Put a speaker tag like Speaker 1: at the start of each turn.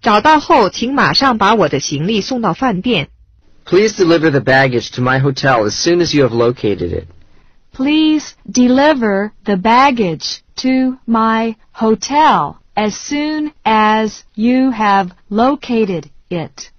Speaker 1: 找到后，请马上把我的行李送到饭店。
Speaker 2: Please deliver the baggage to my hotel as soon as you have located it.
Speaker 3: Please deliver the baggage to my hotel as soon as you have located it.